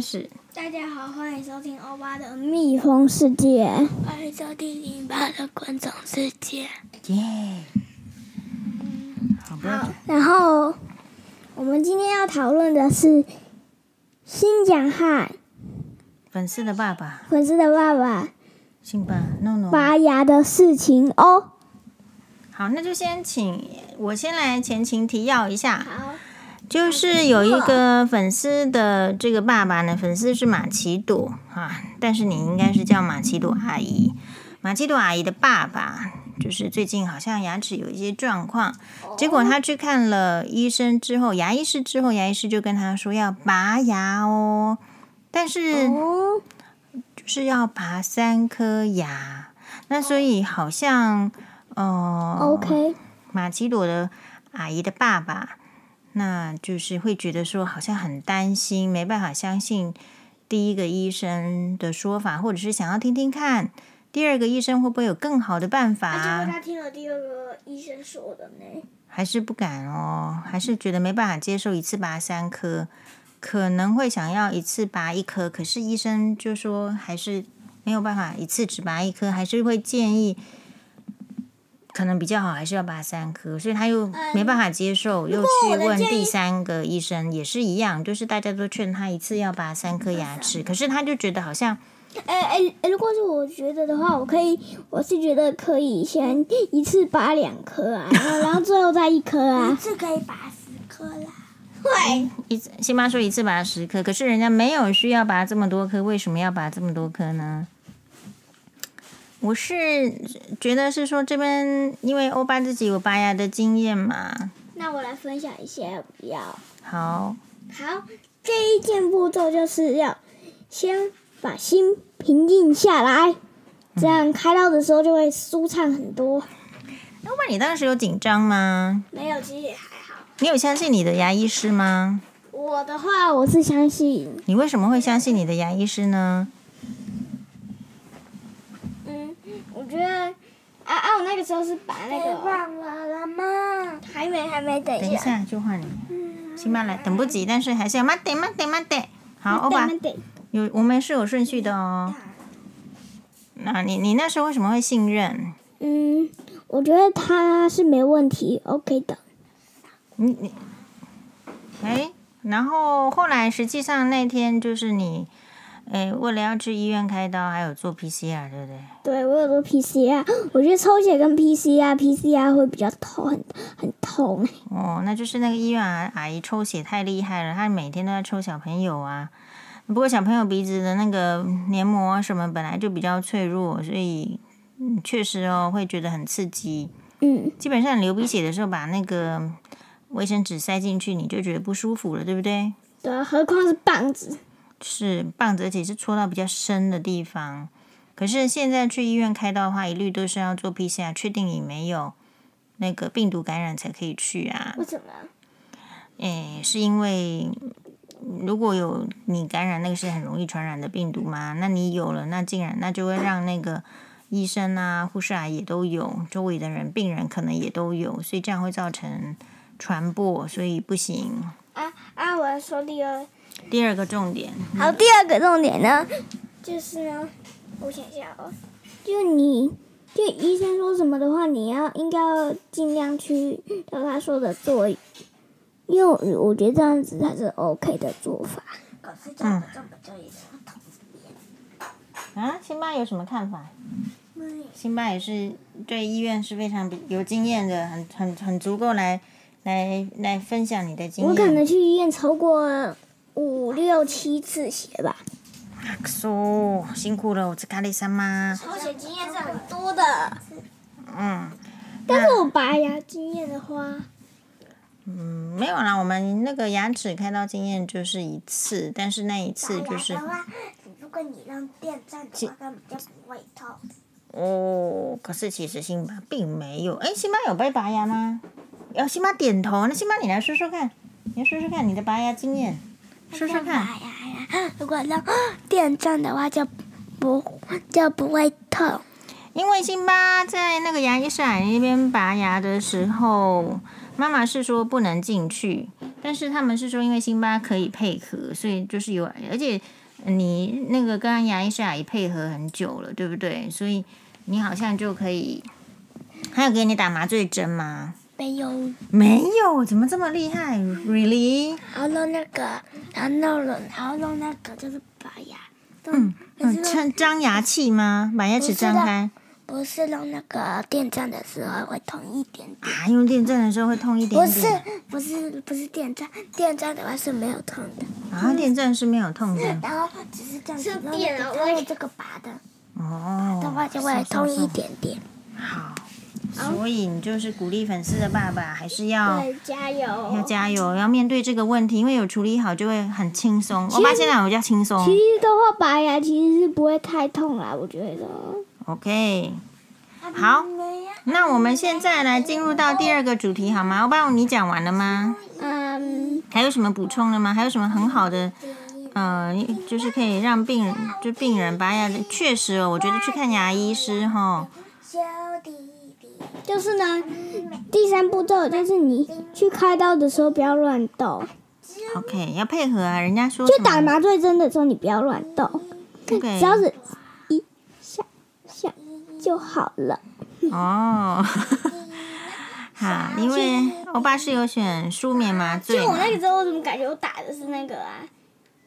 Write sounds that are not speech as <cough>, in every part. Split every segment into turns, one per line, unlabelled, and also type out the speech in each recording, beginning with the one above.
事。
大家好，欢迎收听欧巴的蜜蜂世界，欢迎收听零八的昆虫世界。
耶、好，不要
好，然后我们今天要讨论的是新疆汉
粉丝的爸爸，
粉丝的爸爸
姓巴诺诺。
拔牙的事情哦。
好，那就先请我先来前情提要一下。
好，哦
就是有一
啊
个粉丝的这个爸爸呢，粉丝是马奇朵啊，但是你应该是叫马奇朵阿姨。马奇朵阿姨的爸爸就是最近好像牙齿有一些状况，
哦
结果他去看了医生之后，牙医师之后，牙医师就跟他说要拔牙哦，但是
哦，
就是要拔三颗牙，那所以好像呃
哦 OK，
马奇朵的阿姨的爸爸，那就是会觉得说好像很担心，没办法相信第一个医生的说法，或者是想要听听看第二个医生会不会有更好的办法，啊
听了第二个医生说的呢。
还是不敢哦，还是觉得没办法接受一次拔三颗，可能会想要一次拔一颗，可是医生就说还是没有办法一次只拔一颗，还是会建议。可能比较好，还是要拔三颗，所以他又没办法接受，又去
嗯我的
问
建
第
议
三个医生，也是一样，就是大家都劝他一次要拔三颗牙齿，可是他就觉得好像
哎哎哎，如果是我觉得的话，我可以，我是觉得可以先一次拔两颗啊，然后然后最后再一颗 <laughs> 啊，一次可以拔十颗啦。会，
一次，辛巴说一次拔十颗，可是人家没有需要拔这么多颗，为什么要拔这么多颗呢？我是觉得是说这边，因为欧巴自己有拔牙的经验嘛。
那我来分享一些要不要。
好，
好，这一件步骤就是要先把心平静下来，这样开刀的时候就会舒畅很多。
欧巴，你当时有紧张吗？
没有，其实也还好。
你有相信你的牙医师吗？
我的话，我是相信，
你为什么会相信你的牙医师呢？
嗯，我觉得。啊啊！我那个时候是把那个忘了了吗？还没，还没，等
等一。下就换你，辛巴来，等不及，但是还是要慢点，慢点，慢点。好，欧巴，
等，
有我们是有顺序的哦。那你你那时候为什么会信任？
嗯，我觉得他是没问题，OK 的。
你你，哎，然后后来实际上那天就是你，哎，为了要去医院开刀，还有做 PCR，对不对？
对我有做 PCR，我觉得抽血跟 PCR，PCR 会比较痛，很很痛。
哦，那就是那个医院阿阿姨抽血太厉害了，她每天都在抽小朋友啊。不过小朋友鼻子的那个黏膜啊什么本来就比较脆弱，所以嗯，确实哦会觉得很刺激。
嗯，
基本上流鼻血的时候，把那个嗯卫生纸塞进去，你就觉得不舒服了，对不对？
对啊，何况是棒子。
是棒子，而且是戳到比较深的地方。可是现在去医院开刀的话，一律都是要做 PCR，确定你没有那个病毒感染才可以去啊。
什么？
诶，是因为嗯如果有你感染那个是很容易传染的病毒嘛，那你有了，那竟然那就会让那个医生啊、护士啊也都有，周围的人、病人可能也都有，所以这样会造成传播，所以不行。
啊啊！我要说第二，
第二个重点，
好，第二个重点呢，就是呢，我想一下哦，就你，就医生说什么的话，你要应该要尽量去照他说的做，因为我觉得这样子才是 OK 的做法。可是这
样
根本就一张同
啊，辛巴有什么看法？
没
辛巴也是对医院是非常有经验的，很很很足够来来来分享你的经验。
我可能去医院超过五六七次血吧。
说辛苦了，我是咖喱三妈。
抽血经验是很多的，
嗯，
但是我拔牙经验的话，
嗯，没有啦，我们那个牙齿开刀经验就是一次，但是那一次就是
如果你让电站的话，根本就不会痛。
哦，可是其实辛巴并没有，哎，辛巴有被拔牙吗？要、辛巴点头，那辛巴你来说说看，你来说说看你的拔牙经验，说说看。
如果让电站的话，就不就不会痛。
因为辛巴在那个牙医师阿姨那边拔牙的时候，妈妈是说不能进去，但但是他们是说，因为辛巴可以配合，所以就是有，而且你那个跟牙医师阿姨配合很久了，对不对？所以你好像就可以。还有给你打麻醉针吗？
没有，
没有，怎么这么厉害？Really？
然后弄那个，然后弄了，然后弄那个就是拔牙，
嗯
可
嗯，
是
张张牙器吗？把牙齿张开
不是弄那个电钻的时候会痛一点点，
啊，用电钻的时候会痛一点
不
点。
是不是不是电钻，电钻的话是没有痛的，
啊，电钻是没有痛的
然后只是这样子
嗯是
弄
电
那
啊
个，
我
它用这个拔的，
哦。
的话就会
是
痛一。点点。
是是好，所以你就是鼓励粉丝的爸爸，还是要
对，啊加油！
要加油，要面对这个问题，因为有处理好就会很轻松。我爸现在我叫轻松
其实的话，拔牙其实是不会太痛啦，我觉得。
，OK。好，那我们现在来进入到第二个主题好吗？欧巴，你讲完了吗？
嗯，
还有什么补充的吗？还有什么很好的，呃，就是可以让病人就病人拔牙的，确实哦，我觉得去看牙医师哈、
小弟弟，
就是呢，第三步骤就是你去开刀的时候不要乱动，
o k 要配合啊，人家说
就
什么
打麻醉针的时候你不要乱动，
OK
只要是一下下就好了。
哦， <laughs> 好，因为欧巴是有选舒眠麻醉嘛，
时啊候，我怎么感觉我打的是那个啊？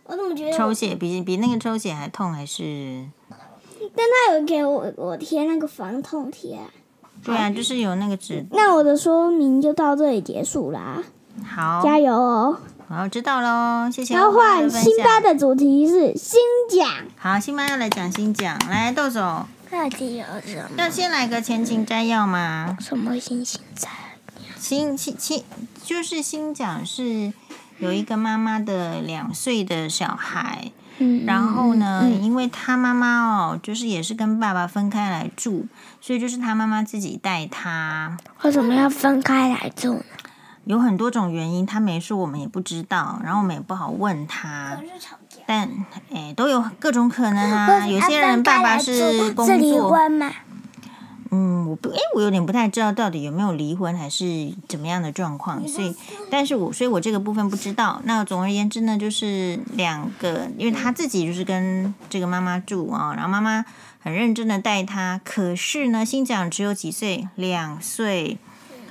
我怎么觉
抽血比比那个抽血还痛还是？
但他有给我我贴那个防痛贴、
对啊，就是有那个指
那我的说明就到这里结束啦，嗯
好，
加油哦！
好知道喽，谢谢
然后
欧巴
换
的分
辛巴
享。
的主题是新奖，
好，辛巴要来讲新讲，来豆总
到底有什么
要先来个前情摘要吗？
什么星星在？
新新新就是新讲是有一个妈妈的两岁的小孩，
嗯
然后呢，因为他妈妈哦，就是也是跟爸爸分开来住，所以就是他妈妈自己带他。
为什么要分开来住呢？
有很多种原因，他没说，我们也不知道，然后我们也不好问他。
嗯
是吵架。
但诶，都有各种可能啊。有些人爸爸是工
是离
作，
婚吗？
嗯，我不，诶，我有点不太知道到底有没有离婚还是怎么样的状况，所以，但是我，所以我这个部分不知道。那总而言之呢，就是两个，因为他自己就是跟这个妈妈住哦，然后妈妈很认真的带他，可是呢，新讲只有几岁，两岁。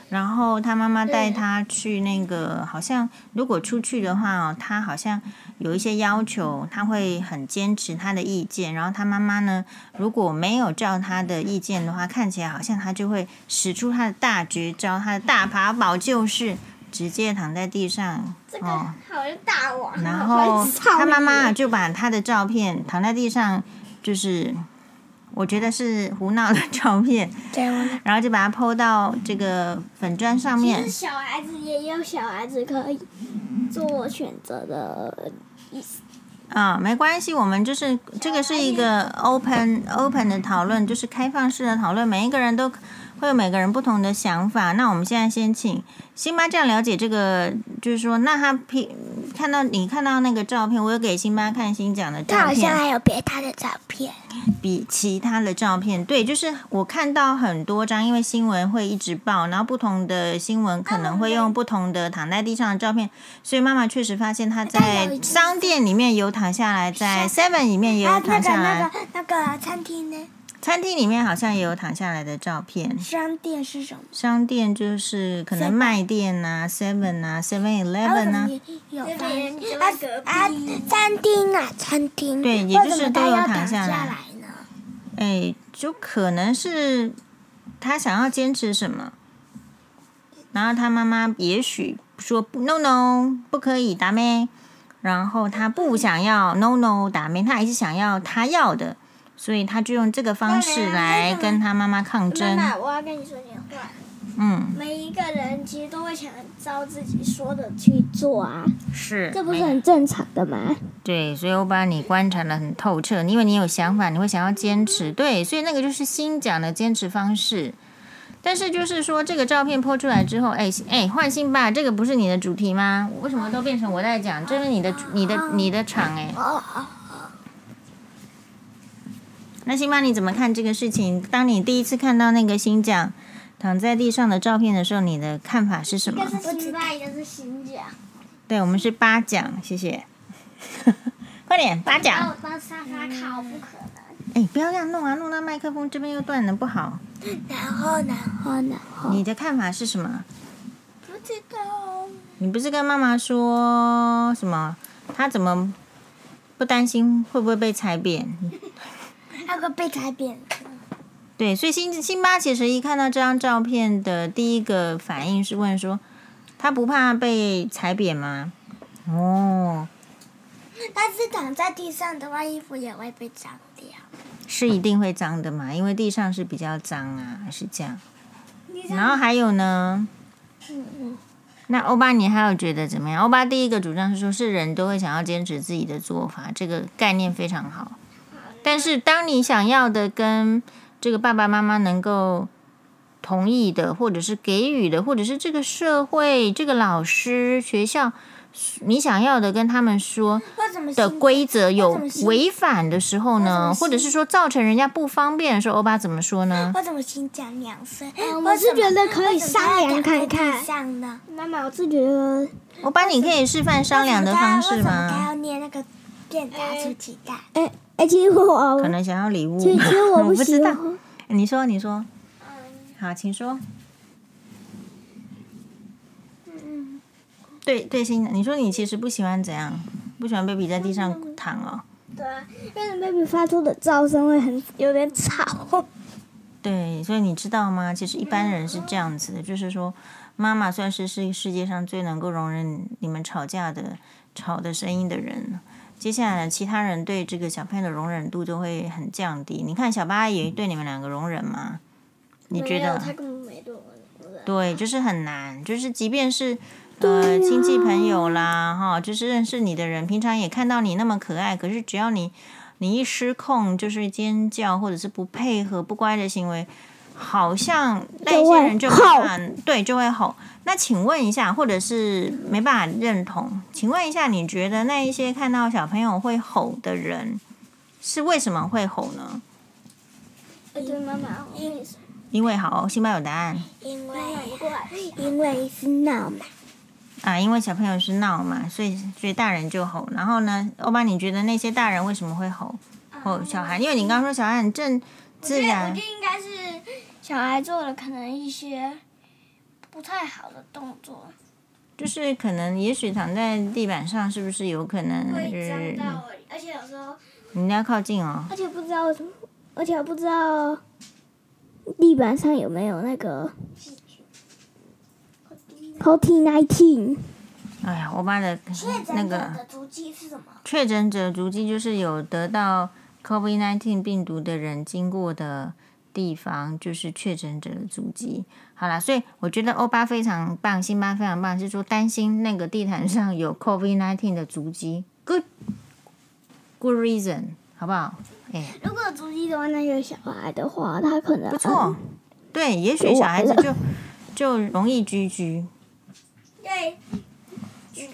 然后他妈妈带他去那个，好像如果出去的话哦，他好像有一些要求，他会很坚持他的意见。然后他妈妈呢，如果没有照他的意见的话，看起来好像他就会使出他的大绝招，他的大法宝就是直接躺在地上。哦，
好像大王
然后他妈妈就把他的照片躺在地上，就是我觉得是胡闹的 <laughs> 照片，
对，我呢
然后就把它 PO 到这个粉砖上面。
小孩子也有小孩子可以做选择的意思。
啊，没关系，我们就是这个是一个 open open 的讨论，就是开放式的讨论，每一个人都会有每个人不同的想法。那我们现在先请辛巴这样了解这个，就是说，那他 P 看到你看到那个照片，我有给辛巴看新讲的
他
照
好像
片，
还有别他的照片。
比其他的照片，对，就是我看到很多张，因为新闻会一直报，然后不同的新闻可能会用不同的躺在地上的照片，所以妈妈确实发现她在商店里面有躺下来，在 Seven 里面也
还
有
有那
躺
个
下来。
那个那个餐厅呢？
餐厅里面好像也有躺下来的照片。
商店是什么？
商店就是可能
Seven
卖店呐、Seven 啊、
啊
Seven
为
Eleven
什
啊
么，你有
这
发
边
现
就
啊
在
啊，餐厅啊，餐厅。
对也
为
就是
什么
都
他
有
要
躺
躺
下来
来呢？
哎，就可能是他想要坚持什么，然后他妈妈也许说不 no no 不可以达咩，然后他不想要 no no 达咩，他还是想要他要的，所以他就用这个方式来跟他妈妈抗争。
妈妈，我要跟你说点话。
嗯，
每一个人其实都会想照自己说的去做啊，
是，
这不
没
是很正常的吗？
对，所以我把你观察的很透彻，因为你有想法，你会想要坚持，对，所以那个就是新讲的坚持方式。但是就是说，这个照片抛出来之后，哎哎，换新吧，这个不是你的主题吗？为什么都变成我在讲？这是你的主你的你的场哎。
哦哦，
那辛巴你怎么看这个事情？当你第一次看到那个新讲躺在地上的照片的时候，你的看法是什么？
辛巴，一个是新疆。
对，我们是八奖，谢谢。 <laughs> 快点，八
把
奖！
我当沙发靠，不可能。
哎，不要这样弄啊，弄到麦克风这边又断了，不好。
然后，然后，然后，
你的看法是什么？
不知道。
你不是跟妈妈说什么？她怎么不担心会不会被踩扁？
那个被踩扁了。
对，所以辛辛巴其实一看到这张照片的第一个反应是问说，他不怕被踩扁吗？哦，
但是躺在地上的话，衣服也会被脏掉。
是一定会脏的嘛，因为地上是比较脏啊，是这样。
你
然后还有呢，那欧巴你还有觉得怎么样？欧巴第一个主张是说，是人都会想要坚持自己的做法，这个概念非常好。但是当你想要的跟这个爸爸妈妈能够同意的，或者是给予的，或者是这个社会、这个老师、学校，你想要的跟他们说，
为什么
的
心
规则有
那怎么行
违反的时候
那怎
呢，
么
或者
行
是说造成人家不方便的时候，欧巴怎么说呢？
为什么新疆两岁？
啊我是觉
啊
得可以商量看看。
上呢？
妈妈，我是觉得
欧巴，你可以示范商量的方
他
式吗？
要捏那个便打出鸡蛋，
哎哎，其实我
可能想要礼物，
其实其实
<laughs> 我
我不
知
喜
道
欢。。
你说，你说，好，请说。
嗯
嗯
对对，新的，你说你其实不喜欢怎样？不喜欢 baby 在地上躺哦。
对啊，因为 baby 发出的噪声会很有点吵。
对，所以你知道吗？其实一般人是这样子的，就是说，妈妈算是是世界上最能够容忍你们吵架的吵的声音的人了。接下来，其他人对这个小朋友的容忍度就会很降低。你看，小八阿姨对你们两个容忍吗？你觉得？
根本没对我
对，就是很难，就是即便是呃、亲戚朋友啦，哈，就是认识你的人，平常也看到你那么可爱，可是只要你你一失控，就是尖叫或者是不配合、不乖的行为，好像那
就
些
会
人就没
吼
办法，对，就会吼。那请问一下，或者是没办法认同，请问一下，你觉得那一些看到小朋友会吼的人，是为什么会吼呢？
对妈妈，我跟你说，
因为好，辛巴有答案。
因为
因为是闹嘛，
啊，因为小朋友是闹嘛，所以所以大人就吼。然后呢，欧巴，你觉得那些大人为什么会吼吼哦小孩？因为你刚刚说小孩很正自然，
应该是小孩做了可能一些不太好的动作，
就是可能也许躺在地板上，是不是有可能嗯就是
我，而且有时候
你要靠近哦？
而且不知道为什么，而且不知道地板上有没有那个 COVID nineteen。
哎呀，欧巴的那个
足迹是什么？
确诊者足迹就是有得到 COVID-19 病毒的人经过的地方，就是确诊者的足迹。好啦，所以我觉得欧巴非常棒，辛巴非常棒，是说担心那个地毯上有 COVID-19 的足迹。Good, good reason，好不好？哎，
如果足迹的话，那个小孩的话，他可能啊
不错，对，也许小孩子就就容易居居，
对，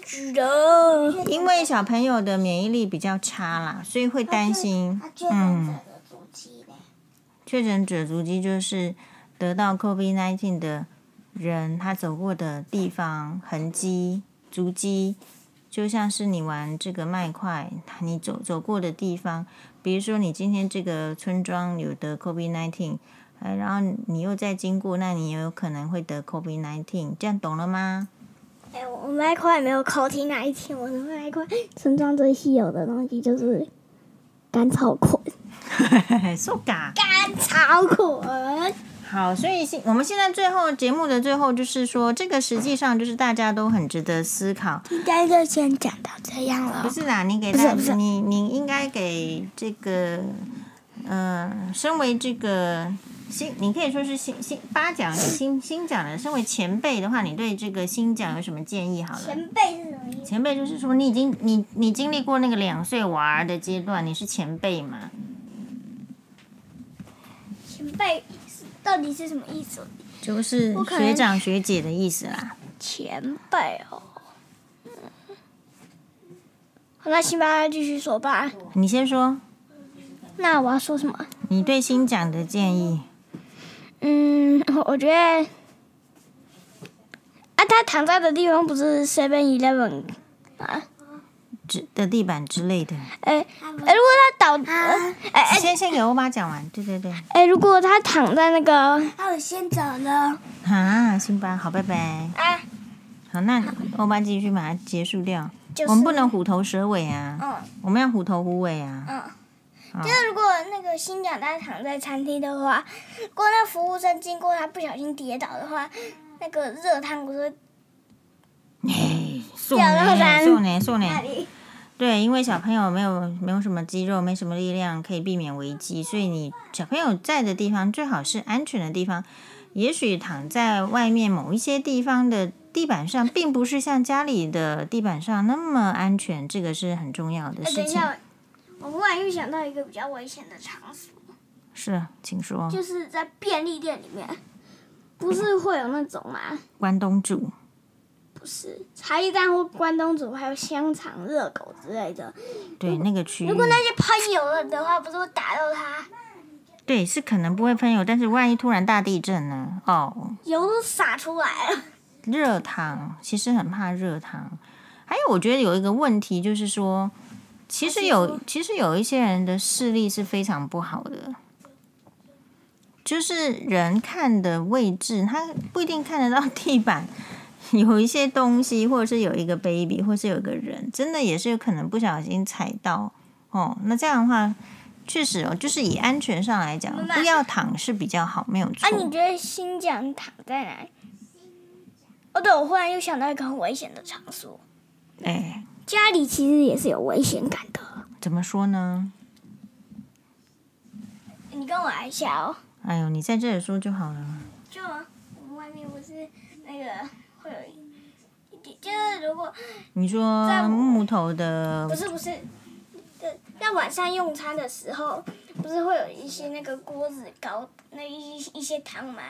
举的。
因为小朋友的免疫力比较差啦，所以会担心。嗯
确诊者的足迹呢？
确诊者足迹就是得到 COVID-19 的人他走过的地方痕迹、足迹，就像是你玩这个麦块，你走走过的地方，比如说你今天这个村庄有得 COVID-19，哎，然后你又再经过，那你也有可能会得 COVID-19，这样懂了吗？
哎、我们那一块没有 COVID nineteen，我们那一块 <laughs> 村庄最稀有的东西就是甘草捆。
so 嘎。
甘草捆。
好，所以现我们现在最后节目的最后就是说，这个实际上就是大家都很值得思考。
应该就先讲到这样了
不。是啦，你给
不是
大
不是
你你应该给这个，呃，身为这个新，你可以说是新新八奖新新奖的，身为前辈的话，你对这个新奖有什么建议？好了，
前辈是什么意思？
前辈就是说你已经你你经历过那个两岁娃儿的阶段，你是前辈嘛？
前辈是到底是什么意思？
就是
我可能
学长学姐的意思啦。
前辈哦。好，那辛巴继续说吧。
你先说
那我要说什么？
你对新奖的建议。
嗯， <laughs> 我觉得啊，他躺在的地方不是 Seven Eleven 啊，
纸的地板之类的。
哎、哎，如果他倒，哎哎
先先给欧巴讲完，对对对，
哎，如果他躺在那个哦
那我先走
嗯
了。
啊，辛巴，好，拜拜。
啊，
好，那欧巴继续把它结束掉。
就是
我们不能虎头蛇尾啊，
嗯
我们要虎头虎尾啊。
嗯，
啊
就是如果那个新娘她躺在餐厅的话，如果那服务生经过，她不小心跌倒的话，那个热汤不是嗯
哎，送
掉到山
呢，送呢，送呢。
那里？
对，因为小朋友没有没有什么肌肉，没什么力量，可以避免危机，所以你小朋友在的地方最好是安全的地方。也许躺在外面某一些地方的地板上，并不是像家里的地板上那么安全，这个是很重要的
哎，等
事
一
情。
下，我忽然又想到一个比较危险的场所，
是，请说。
就是在便利店里面，不是会有那种吗？
关东煮，
不是茶叶蛋或关东煮，还有香肠、热狗之类的。
对那个区域
如，果那些喷油了的话，不是会打到它？
对是可能不会喷油，但是万一突然大地震呢？哦，
油都洒出来了。
热汤，其实很怕热汤。还有，我觉得有一个问题就是说，其实
哦
有其实有一些人的视力是非常不好的，就是人看的位置，他不一定看得到地板。 <laughs> 有一些东西，或者是有一个 baby，或是有一个人，真的也是有可能不小心踩到哦。那这样的话，确实哦，就是以安全上来讲，
妈妈
不要躺是比较好，没有错。
啊，你觉得新疆躺在哪里？哦，对，我忽然又想到一个很危险的场所，
哎，
家里其实也是有危险感的。
怎么说呢？
你跟我来一下哦。
哎呦，你在这里说就好了。
就我们外面不是那个会有一一点，就是如果
你说
在我
木头的
不是不是，在在晚上用餐的时候，不是会有一些那个锅子搞那一一些汤吗？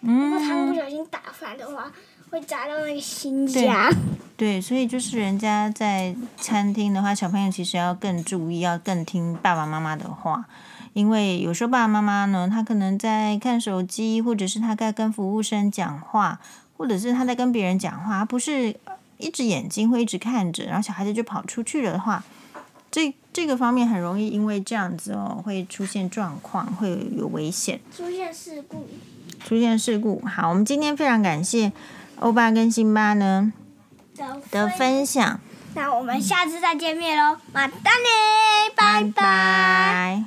如果汤不
嗯，
小心打翻的话，会砸到那个新
对
家。
对，所以就是人家在餐厅的话，小朋友其实要更注意，要更听爸爸妈妈的话，因为有时候爸爸妈妈呢，他可能在看手机，或者是他在跟服务生讲话，或者是他在跟别人讲话，他不是一只眼睛会一直看着，然后小孩子就跑出去了的话，这这个方面很容易因为这样子哦，会出现状况，会有有危险。
出现事故，
出现事故。好，我们今天非常感谢欧巴跟辛巴呢的分享，
那我们下次再见面喽，马丹呢，拜拜。
拜拜